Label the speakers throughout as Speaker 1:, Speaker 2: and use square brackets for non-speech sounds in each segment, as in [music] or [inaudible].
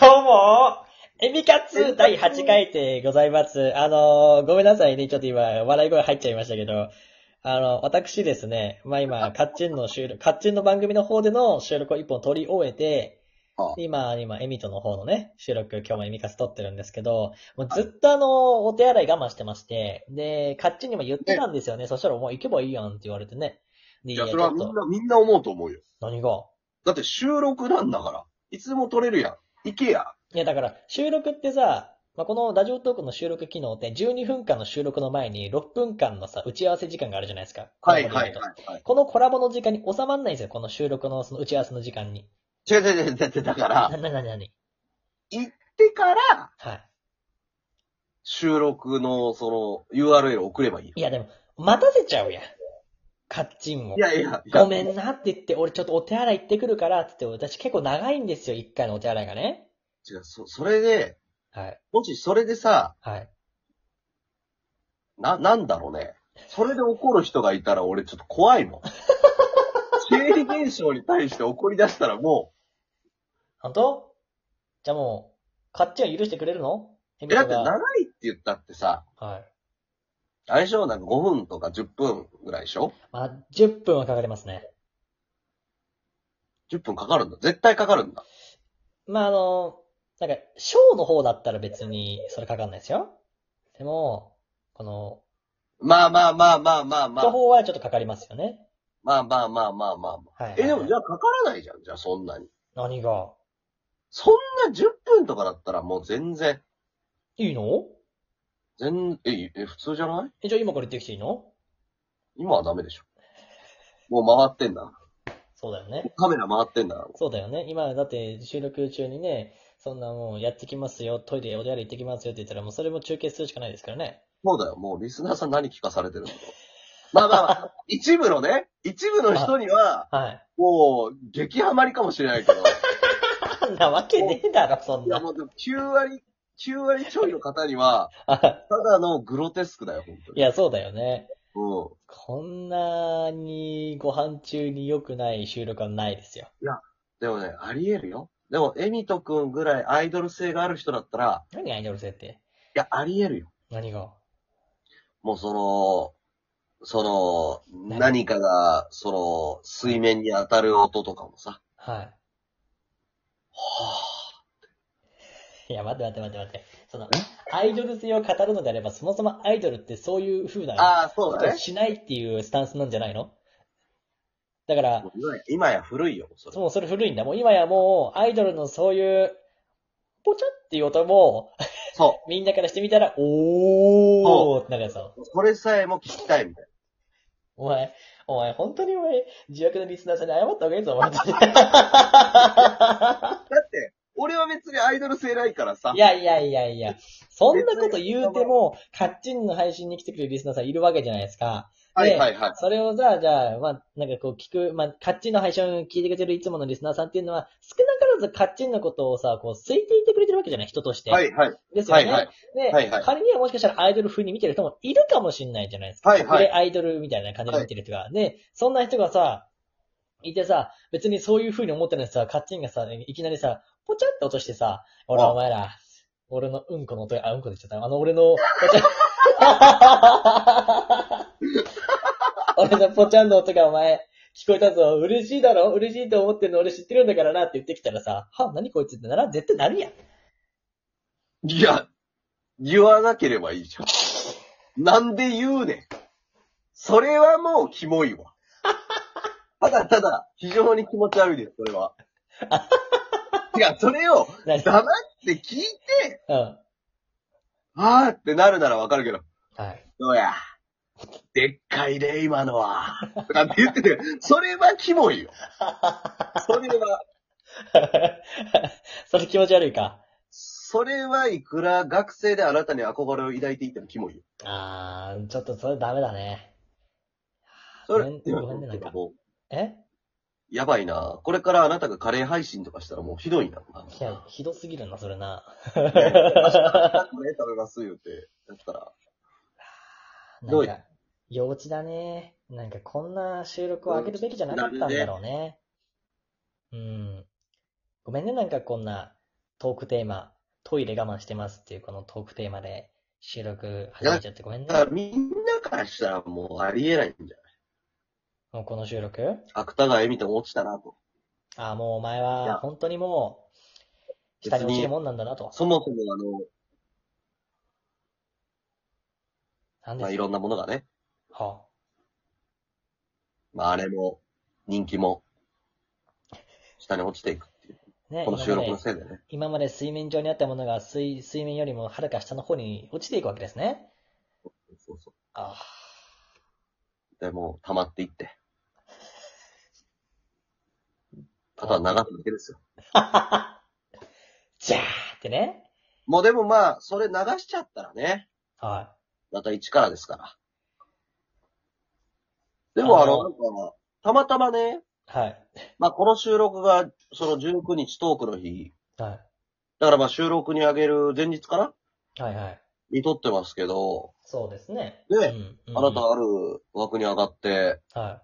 Speaker 1: どうもエミカツ第8回でございます。あのーごめんなさいね。ちょっと今、笑い声入っちゃいましたけど、あの、私ですね、まあ今、カッチンの収録、カッチンの番組の方での収録を1本撮り終えて
Speaker 2: あ、
Speaker 1: 今、今、エミとの方のね、収録、今日もエミカツ撮ってるんですけど、もうずっとあの、お手洗い我慢してまして、で、カッチンにも言ってたんですよね。そしたら、もう行けばいいやんって言われてね。で、
Speaker 2: い
Speaker 1: い
Speaker 2: や、
Speaker 1: や、
Speaker 2: そ
Speaker 1: ち
Speaker 2: れは
Speaker 1: ょっ
Speaker 2: みん
Speaker 1: と、
Speaker 2: な、みんな思うと思うよ。
Speaker 1: 何が
Speaker 2: だって収録なんだから。いつでも撮れるやん。行けや。
Speaker 1: いや、だから、収録ってさ、まあ、このラジオトークの収録機能って12分間の収録の前に6分間のさ、打ち合わせ時間があるじゃないですか。
Speaker 2: はい
Speaker 1: コラボ
Speaker 2: は
Speaker 1: で言う
Speaker 2: い
Speaker 1: と
Speaker 2: はいはい。
Speaker 1: このコラボの時間に収まんないんですよ、この収録のその打ち合わせの時間に。
Speaker 2: 違う違う違う違う。だから、
Speaker 1: な、な、な、なに
Speaker 2: 行ってから
Speaker 1: はい。
Speaker 2: 収録のその URL を送ればいいよ。
Speaker 1: いや、でも、待たせちゃうやん。カッチンを。
Speaker 2: いやいや、いや
Speaker 1: ごめんなって言って、俺ちょっとお手洗い行ってくるから、つって、私結構長いんですよ、一回のお手洗いがね。
Speaker 2: 違う、そ、それで、
Speaker 1: はい。
Speaker 2: もしそれでさ、
Speaker 1: はい。
Speaker 2: な、なんだろうね。それで怒る人がいたら俺ちょっと怖 [laughs] いもん。生理現象に対して怒り出したらも
Speaker 1: 本当じゃあもう、カッチンは許してくれるのヘ
Speaker 2: う、
Speaker 1: ミ
Speaker 2: え、だっ
Speaker 1: コ
Speaker 2: て
Speaker 1: が
Speaker 2: 長いって言ったってさ、
Speaker 1: はい。
Speaker 2: あれでしょなんか5分とか10分ぐらいでしょ
Speaker 1: まあ、10分はかかりますね。
Speaker 2: 10分かかるんだ。絶対かかるんだ。
Speaker 1: まあ、あの、なんか、ショーの方だったら別にそれかかんないですよ。でも、この、
Speaker 2: まあまあまあまあまあま
Speaker 1: 情
Speaker 2: あ。
Speaker 1: 報はちょっとかかりますよね。
Speaker 2: まあまあまあまあまあまあ。
Speaker 1: はい。
Speaker 2: え、でもじ
Speaker 1: ゃ
Speaker 2: ゃあかからないじゃん。じゃあそんなに。
Speaker 1: 何が
Speaker 2: そんな10分とかだったらもう全然、
Speaker 1: いいの
Speaker 2: 全、え、え、普通じゃない
Speaker 1: え、じゃあ今から言ってきていいの
Speaker 2: 今はダメでしょ。もう回ってんだか
Speaker 1: そうだよね
Speaker 2: ら。。カメラ回ってんだから。
Speaker 1: そうだよね。今、だって収録中にね、そんなもうやってきますよ、トイレお手洗い行ってきますよって言ったら、もうそれも中継するしかないですからね。
Speaker 2: そうだよ。もうリスナーさん何聞かされてるんだと。まあまあまあ、一部のね、一部の人には、
Speaker 1: はい。
Speaker 2: もう、激ハマりかもしれないけど、い
Speaker 1: あんなわけねえだろ、そん
Speaker 2: や
Speaker 1: な。
Speaker 2: もうでも9割、9割ちょいの方には、
Speaker 1: あ
Speaker 2: ただのグロテスクだよ、本
Speaker 1: [laughs]
Speaker 2: 当
Speaker 1: い
Speaker 2: に。
Speaker 1: や、そうだよね。
Speaker 2: うん。
Speaker 1: こんなにご飯中に良くない収録はないですよ。
Speaker 2: でもね、あり得るよ。でも、エミトくんぐらいアイドル性がある人だったら、
Speaker 1: 何アイドル性って。
Speaker 2: いや、あり得るよ。
Speaker 1: 何が
Speaker 2: もうその、その、
Speaker 1: 何
Speaker 2: 何かが、その、水面に当たる音とかもさ。
Speaker 1: は。
Speaker 2: はい
Speaker 1: いや、待って待って待って待って。その、アイドル性を語るのであれば、そもそもアイドルってそういう風
Speaker 2: ぁ
Speaker 1: な
Speaker 2: ああ、そ
Speaker 1: こ
Speaker 2: う
Speaker 1: と
Speaker 2: だ
Speaker 1: を
Speaker 2: ね。
Speaker 1: しないっていうスタンスなんじゃないのだから、
Speaker 2: 今や今や古いよ、それ。
Speaker 1: もうそれ古いんだ。もう今やもう、アイドルのそういう、ポチャっていう音も、
Speaker 2: そ
Speaker 1: [laughs] みんなからしてみたら、おーってなるやつだ
Speaker 2: う。それさえも聞きたいみたい
Speaker 1: お前、お前、本当にお前、自虐のリスナーさんに謝った方がいいぞ、お前。
Speaker 2: な。だって、俺は別にアイドル性ないからさ
Speaker 1: い。やいやいやいや。そんなこと言うても、カッチンの配信に来てくれるリスナーさんいるわけじゃないですか。
Speaker 2: はいはいはい。
Speaker 1: それをさ、じゃあ、まあ、なんかこう聞く、まあ、カッチンの配信を聞いてくれてるいつものリスナーさんっていうのは、少なからずカッチンのことをさ、こう、好いていてくれてるわけじゃない人として。
Speaker 2: はいはい。
Speaker 1: ですよ
Speaker 2: は
Speaker 1: ね。
Speaker 2: いはい。
Speaker 1: で、
Speaker 2: はいはい
Speaker 1: 仮にはもしかしたらアイドル風に見てる人もいるかもしれないじゃないですか。
Speaker 2: はいはい
Speaker 1: で、アイドルみたいな感じで見てる人が。で、そんな人がさ、いてさ、別にそういう風に思ってない人はカッチンがさ、いきなりさ、ポチャって落としてさ、俺
Speaker 2: あ
Speaker 1: お前ら、俺のうんこの音や、あ、うんこでしちゃった。あの、俺の、ポチ
Speaker 2: [laughs]
Speaker 1: ャ、俺のポチャンの音がお前、聞こえたぞ、嬉しいだろ嬉しいと思ってるの俺知ってるんだからなって言ってきたらさ、は、何こいつってなら、絶対なるやん。
Speaker 2: いや、言わなければいいじゃん。なんで言うねん。それはもうキモ
Speaker 1: [laughs]
Speaker 2: いわ。ただただ、非常に気持ち悪いです、それは。いや、それを
Speaker 1: 何
Speaker 2: 黙って聞いて、
Speaker 1: うん。は
Speaker 2: あーってなるならわかるけど、
Speaker 1: い。
Speaker 2: どうや。でっかいね、今のは。とかって言ってて、それはキモいよ。それは、 [laughs]
Speaker 1: それ気持ち悪いか。
Speaker 2: それはいくら学生であなたに憧れを抱いていてもキモいよ。
Speaker 1: あー、ちょっとそれダメだね。
Speaker 2: そ
Speaker 1: ご
Speaker 2: れ
Speaker 1: めん、ごめんねなんか
Speaker 2: もう
Speaker 1: え
Speaker 2: やばいな。これからあなたがカレー配信とかしたらもうひどいな。
Speaker 1: いや、ひどすぎるな、それな。
Speaker 2: 明日カレー食べますよって。だった [laughs] ら、
Speaker 1: な
Speaker 2: どうんい
Speaker 1: か、幼稚だね。なんかこんな収録を上げるべきじゃなかったんだろうね。うん。ごめんね、なんかこんな、トークテーマ、トイレ我慢してますっていうこのトークテーマで収録始めちゃってごめんね
Speaker 2: だ。からみんなからしたらもうありえないんじゃない
Speaker 1: もうこの収録
Speaker 2: 芥川恵美とも落ちたなと。
Speaker 1: ああ、もうお前
Speaker 2: いや
Speaker 1: は本当にもう、下に落ちるもんなんだなと。
Speaker 2: そもそもあの、
Speaker 1: なんで
Speaker 2: まあ、
Speaker 1: す
Speaker 2: い
Speaker 1: か
Speaker 2: ろんなものがね、
Speaker 1: は
Speaker 2: まああれも、人気も、下に落ちていくっていう。
Speaker 1: あ、ね
Speaker 2: この収録の
Speaker 1: 今まで
Speaker 2: せいでね。
Speaker 1: 今まで水面上にあったものが水水面よりもはるか下の方に落ちていくわけですね。
Speaker 2: そうそ
Speaker 1: あ
Speaker 2: う。でもう、溜まっていって。あとは流すだけですよ。
Speaker 1: あ。じゃーってね。
Speaker 2: もうでもまあ、それ流しちゃったらね、
Speaker 1: は
Speaker 2: また一からですから。でもあの、
Speaker 1: あ
Speaker 2: なんか、たまたま
Speaker 1: い。
Speaker 2: ね、
Speaker 1: はい。
Speaker 2: まあこの収録が、その19日トークの日、
Speaker 1: は。
Speaker 2: だからまあ収録にあげる前日かない
Speaker 1: はいはい。
Speaker 2: に撮ってますけど、
Speaker 1: そうですね。
Speaker 2: ね
Speaker 1: うんうん
Speaker 2: あなたある枠に上がって、
Speaker 1: は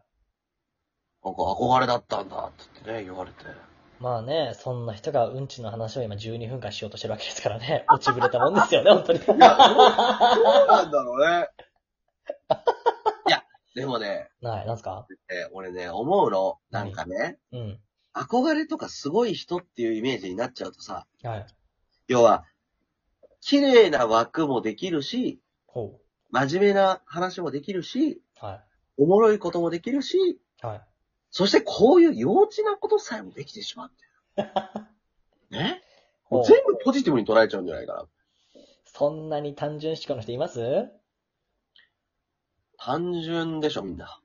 Speaker 2: なんか憧れだったんだって言ってね、言われて。
Speaker 1: い。まあね、そんな人がうんちの話を今12分間しようとしてるわけですから
Speaker 2: [laughs]
Speaker 1: ね。落ちぶれたもんですよね、本当に。
Speaker 2: いや、どうなんだろうね。 [laughs] いや、でもね、
Speaker 1: はい、なんすか
Speaker 2: えー俺ね、思うの。なんかね、
Speaker 1: うん。
Speaker 2: 憧れとかすごい人っていうイメージになっちゃうとさ、
Speaker 1: はい。
Speaker 2: 要は、綺麗な枠もできるし、
Speaker 1: ほ
Speaker 2: 真面目な話もできるし、
Speaker 1: う。は
Speaker 2: おもろいこともできるし、
Speaker 1: い。はい。
Speaker 2: そしてこういう幼稚なことさえもできてしま
Speaker 1: [laughs]
Speaker 2: うっていう。ね
Speaker 1: ほう
Speaker 2: 全部ポジティブに捉えちゃうんじゃないかな。
Speaker 1: そんなに単純思考の人います
Speaker 2: 単純でしょ、みん
Speaker 1: [laughs]
Speaker 2: な。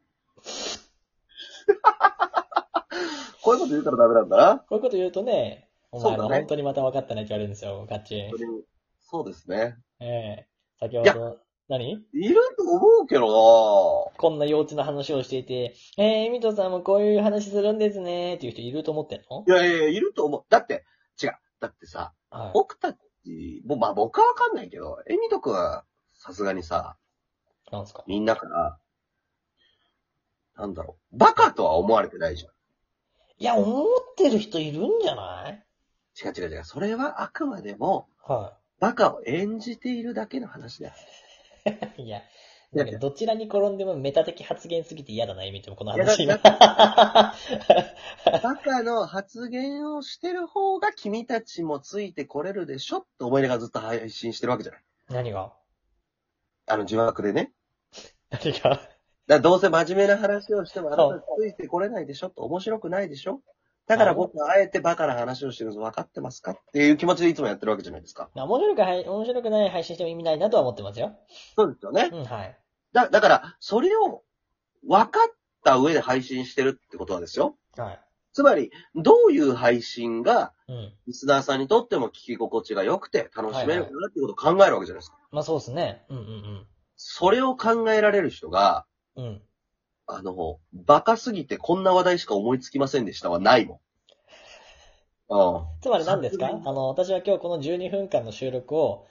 Speaker 2: こういうこと言うからダメなんだな。
Speaker 1: こういうこと言うとね、お前
Speaker 2: そう
Speaker 1: は
Speaker 2: だね
Speaker 1: 本当にまた分かったねって言われるんですよ、ガッチン
Speaker 2: 本。当にそうですね。
Speaker 1: ええ先ほ
Speaker 2: いや
Speaker 1: ど、何
Speaker 2: いると思うけど
Speaker 1: こんな幼稚な話をしていて、えー、ミトさんもこういう話するんですねっていう人いると思ってんの
Speaker 2: な。いやいやいや、いると思う。だって、違う。だってさ、
Speaker 1: はい。
Speaker 2: 僕たち、もうまあ僕はわかんないけど、エミト君は、さすがにさ、
Speaker 1: なんすか
Speaker 2: みんなから、なんだろう、バカとは思われてないじゃん。
Speaker 1: いや、思ってる人いるんじゃない
Speaker 2: 違う違う違う。それはあくまでも、
Speaker 1: は
Speaker 2: バカを演じているだけの話だよ。
Speaker 1: い。いや、
Speaker 2: いや
Speaker 1: なんかどちらに転んでもメタ的発言すぎて嫌だな、エミトもこの話
Speaker 2: いや
Speaker 1: 今。
Speaker 2: バカの発言をしてる方が君たちもついてこれるでしょって思いながらずっと配信してるわけじゃない。
Speaker 1: [laughs] 何が
Speaker 2: あの字幕でね。
Speaker 1: 何が
Speaker 2: だからどうせ真面目な話をしてもあなたついてこれないでしょって面白くないでしょだから僕はあえてバカな話をしてるの分かってますかっていう気持ちでいつもやってるわけじゃないですか。
Speaker 1: 面白くはい、面白くない配信しても意味ないなとは思ってますよ。
Speaker 2: そうですよね。
Speaker 1: うん、はい。
Speaker 2: だ、だから、それを分かった上で配信してるってことはですよ。
Speaker 1: はい。
Speaker 2: つまり、どういう配信が
Speaker 1: うん。
Speaker 2: リスナーさんにとっても聞き心地が良くて楽しめるかなっていうことを考えるわけじゃないですか。
Speaker 1: まあそうですね。うんうん
Speaker 2: それを考えられる人が、
Speaker 1: うん。うん。
Speaker 2: あの、バカすぎてこんな話題しか思いつきませんでしたはないもん。うん。
Speaker 1: つまり何ですか
Speaker 2: さすがに
Speaker 1: あの、私は今日この12分間の収録を、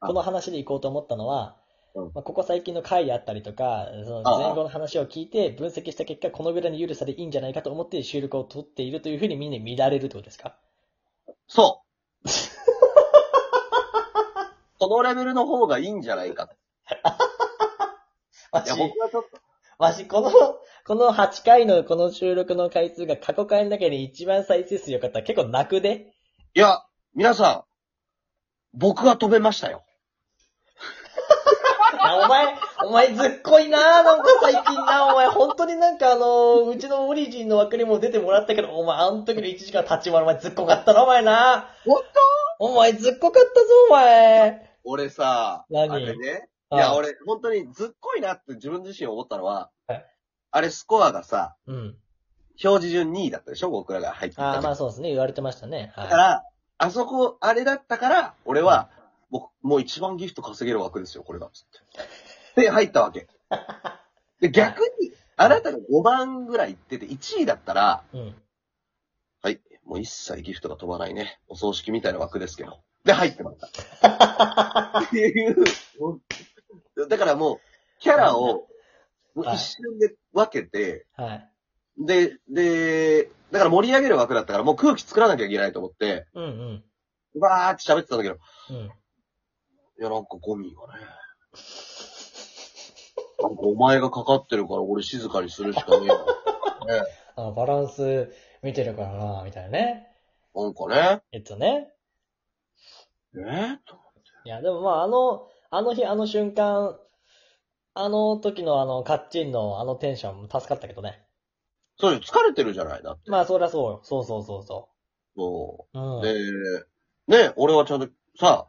Speaker 2: あ
Speaker 1: この話でいこうと思ったのは、
Speaker 2: うん
Speaker 1: まあ、ここ最近の回であったりとか、その
Speaker 2: ああ
Speaker 1: 前後の話を聞いて分析した結果、このぐらいの緩さでいいんじゃないかと思って収録を撮っているというふうにみんな見られるってことですか
Speaker 2: [laughs] そう。このレベルの方がいいんじゃないか。
Speaker 1: わ
Speaker 2: い
Speaker 1: し
Speaker 2: や、、僕はちょっと、
Speaker 1: わし、この、この8回のこの収録の回数が過去回の中で一番再生数良かったら結構泣くで。
Speaker 2: いや、皆さん、僕は飛べましたよ。
Speaker 1: あお前、お前ずっこいななんか最近な、お前本当になんかあのうちのオリジンの枠にも出てもらったけど、お前あの時の1時間立ち回るお前ずっこかったな、お前な。
Speaker 2: 本当
Speaker 1: お前ずっこかったぞ、お前。
Speaker 2: 俺さ、
Speaker 1: 何
Speaker 2: あれね。いや、
Speaker 1: あ、
Speaker 2: 俺、本当にずっこいなって自分自身思ったのは
Speaker 1: はい、
Speaker 2: あれスコアがさ、
Speaker 1: うん。
Speaker 2: 表示順2位だったでしょ僕らが入ってき
Speaker 1: あ
Speaker 2: た
Speaker 1: あ、
Speaker 2: 時
Speaker 1: まあそうですね、言われてましたね。
Speaker 2: だか
Speaker 1: は
Speaker 2: ら、あそこ、あれだったから、俺は、僕、もう一番ギフト稼げる枠ですよ、これが。つって。で、入ったわけ。で、逆に、あなたが5番ぐらい行ってて、1位だったら、
Speaker 1: い。うん。
Speaker 2: はい、もう一切ギフトが飛ばないね。お葬式みたいな枠ですけど。で、入ってもらった。っていう、もうだからもう、キャラを、もう一瞬で分けて、
Speaker 1: はい。
Speaker 2: で、で、だから盛り上げる枠だったから、もう空気作らなきゃいけないと思って、
Speaker 1: うんうん。
Speaker 2: わーって喋ってたんだけど、
Speaker 1: うん。
Speaker 2: いや、なんかゴミがね。なんかお前がかかってるから俺静かにするしかねえな。
Speaker 1: [laughs]
Speaker 2: ね
Speaker 1: あバランス見てるからな、みたいなね。
Speaker 2: なんかね。
Speaker 1: えっとね。
Speaker 2: えと
Speaker 1: いや、でもまあ、あの、あの日、あの瞬間、あの時のあの、カッチンのあのテンションも助かったけどね。
Speaker 2: そうよ、疲れてるじゃないだって。
Speaker 1: まあ、そりゃそうよ。そうそうそうそ。
Speaker 2: そう
Speaker 1: う
Speaker 2: う。
Speaker 1: ん。
Speaker 2: で、ね、俺はちゃんと、さ、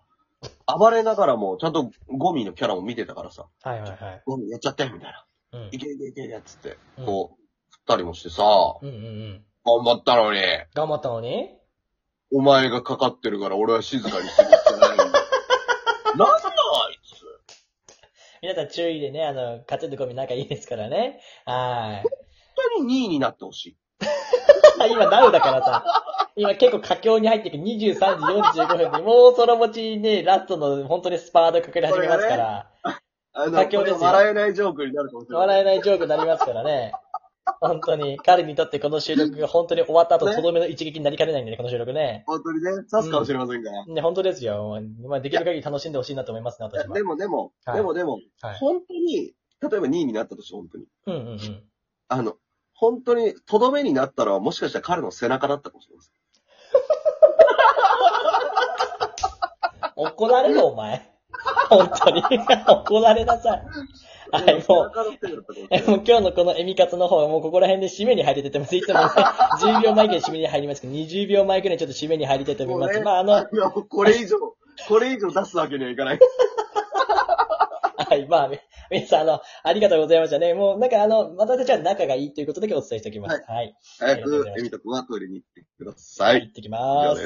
Speaker 2: 暴れながらも、ちゃんとゴミのキャラも見てたからさ、
Speaker 1: はいはいはい。
Speaker 2: ゴミやっちゃって、みたいな。
Speaker 1: うん
Speaker 2: い。けいけいけいけ、つって、
Speaker 1: うん
Speaker 2: こう、振ったりもしてさ、
Speaker 1: うんうんうん。
Speaker 2: 頑張ったのに、
Speaker 1: 頑張ったのに
Speaker 2: お前がかかってるから俺は静かにしてるって
Speaker 1: [laughs]
Speaker 2: ないんだ。なんだあいつ
Speaker 1: 皆さん注意でね、あの、カッチンとゴミ仲いいですからね。はーい。
Speaker 2: 本当に2位になってほしい。
Speaker 1: [laughs] 今、ダウだからさ。今結構佳境に入ってくる23時45分に、もうその持ちね、ラストの本当にスパートかかり始めますから、
Speaker 2: あ
Speaker 1: 妥協ですよ
Speaker 2: これ笑えないジョークになるかもしれない。
Speaker 1: 笑えないジョークになりますからね。本当に、彼にとってこの収録が本当に終わった後、
Speaker 2: ね
Speaker 1: とどめの一撃になりかねないんでね、この収録ね。
Speaker 2: 本当にね、刺すかもしれませんが。
Speaker 1: ね、本当ですよ。まあ、できる限り楽しんでほしいなと思いますね、
Speaker 2: いや
Speaker 1: 私は
Speaker 2: で。もでも、
Speaker 1: はい
Speaker 2: でもでも、
Speaker 1: はい。
Speaker 2: 本当に、例えば2位になったとして、本当に。
Speaker 1: うんうんうん。
Speaker 2: あの、本当に、とどめになったのは、もしかしたら彼の背中だったかもしれません。
Speaker 1: 怒られる、お前。本当に。 [laughs] 怒られなさい。はい、もう。
Speaker 2: 背中の手だったかもしれない
Speaker 1: え [laughs] もう今日のこのエミカツの方はもうここら辺で締めに入りたいと思います。いつもね、10秒 [laughs] 前くらい締めに入りますけど、20秒前くらいにちょっと締めに入りたいと思います。
Speaker 2: もうね
Speaker 1: まあ、あの、はい
Speaker 2: や、もうこれ以上、これ以上出すわけにはいかない。
Speaker 1: い、まあ、み皆さん、あの、ありがとうございましたね。もう、なんかあの、私たちは仲がいいということだけお伝えしておきます。はい。
Speaker 2: 早く、エミタ君はトイレに行ってください。
Speaker 1: 行ってき
Speaker 2: 以
Speaker 1: ます
Speaker 2: 上です。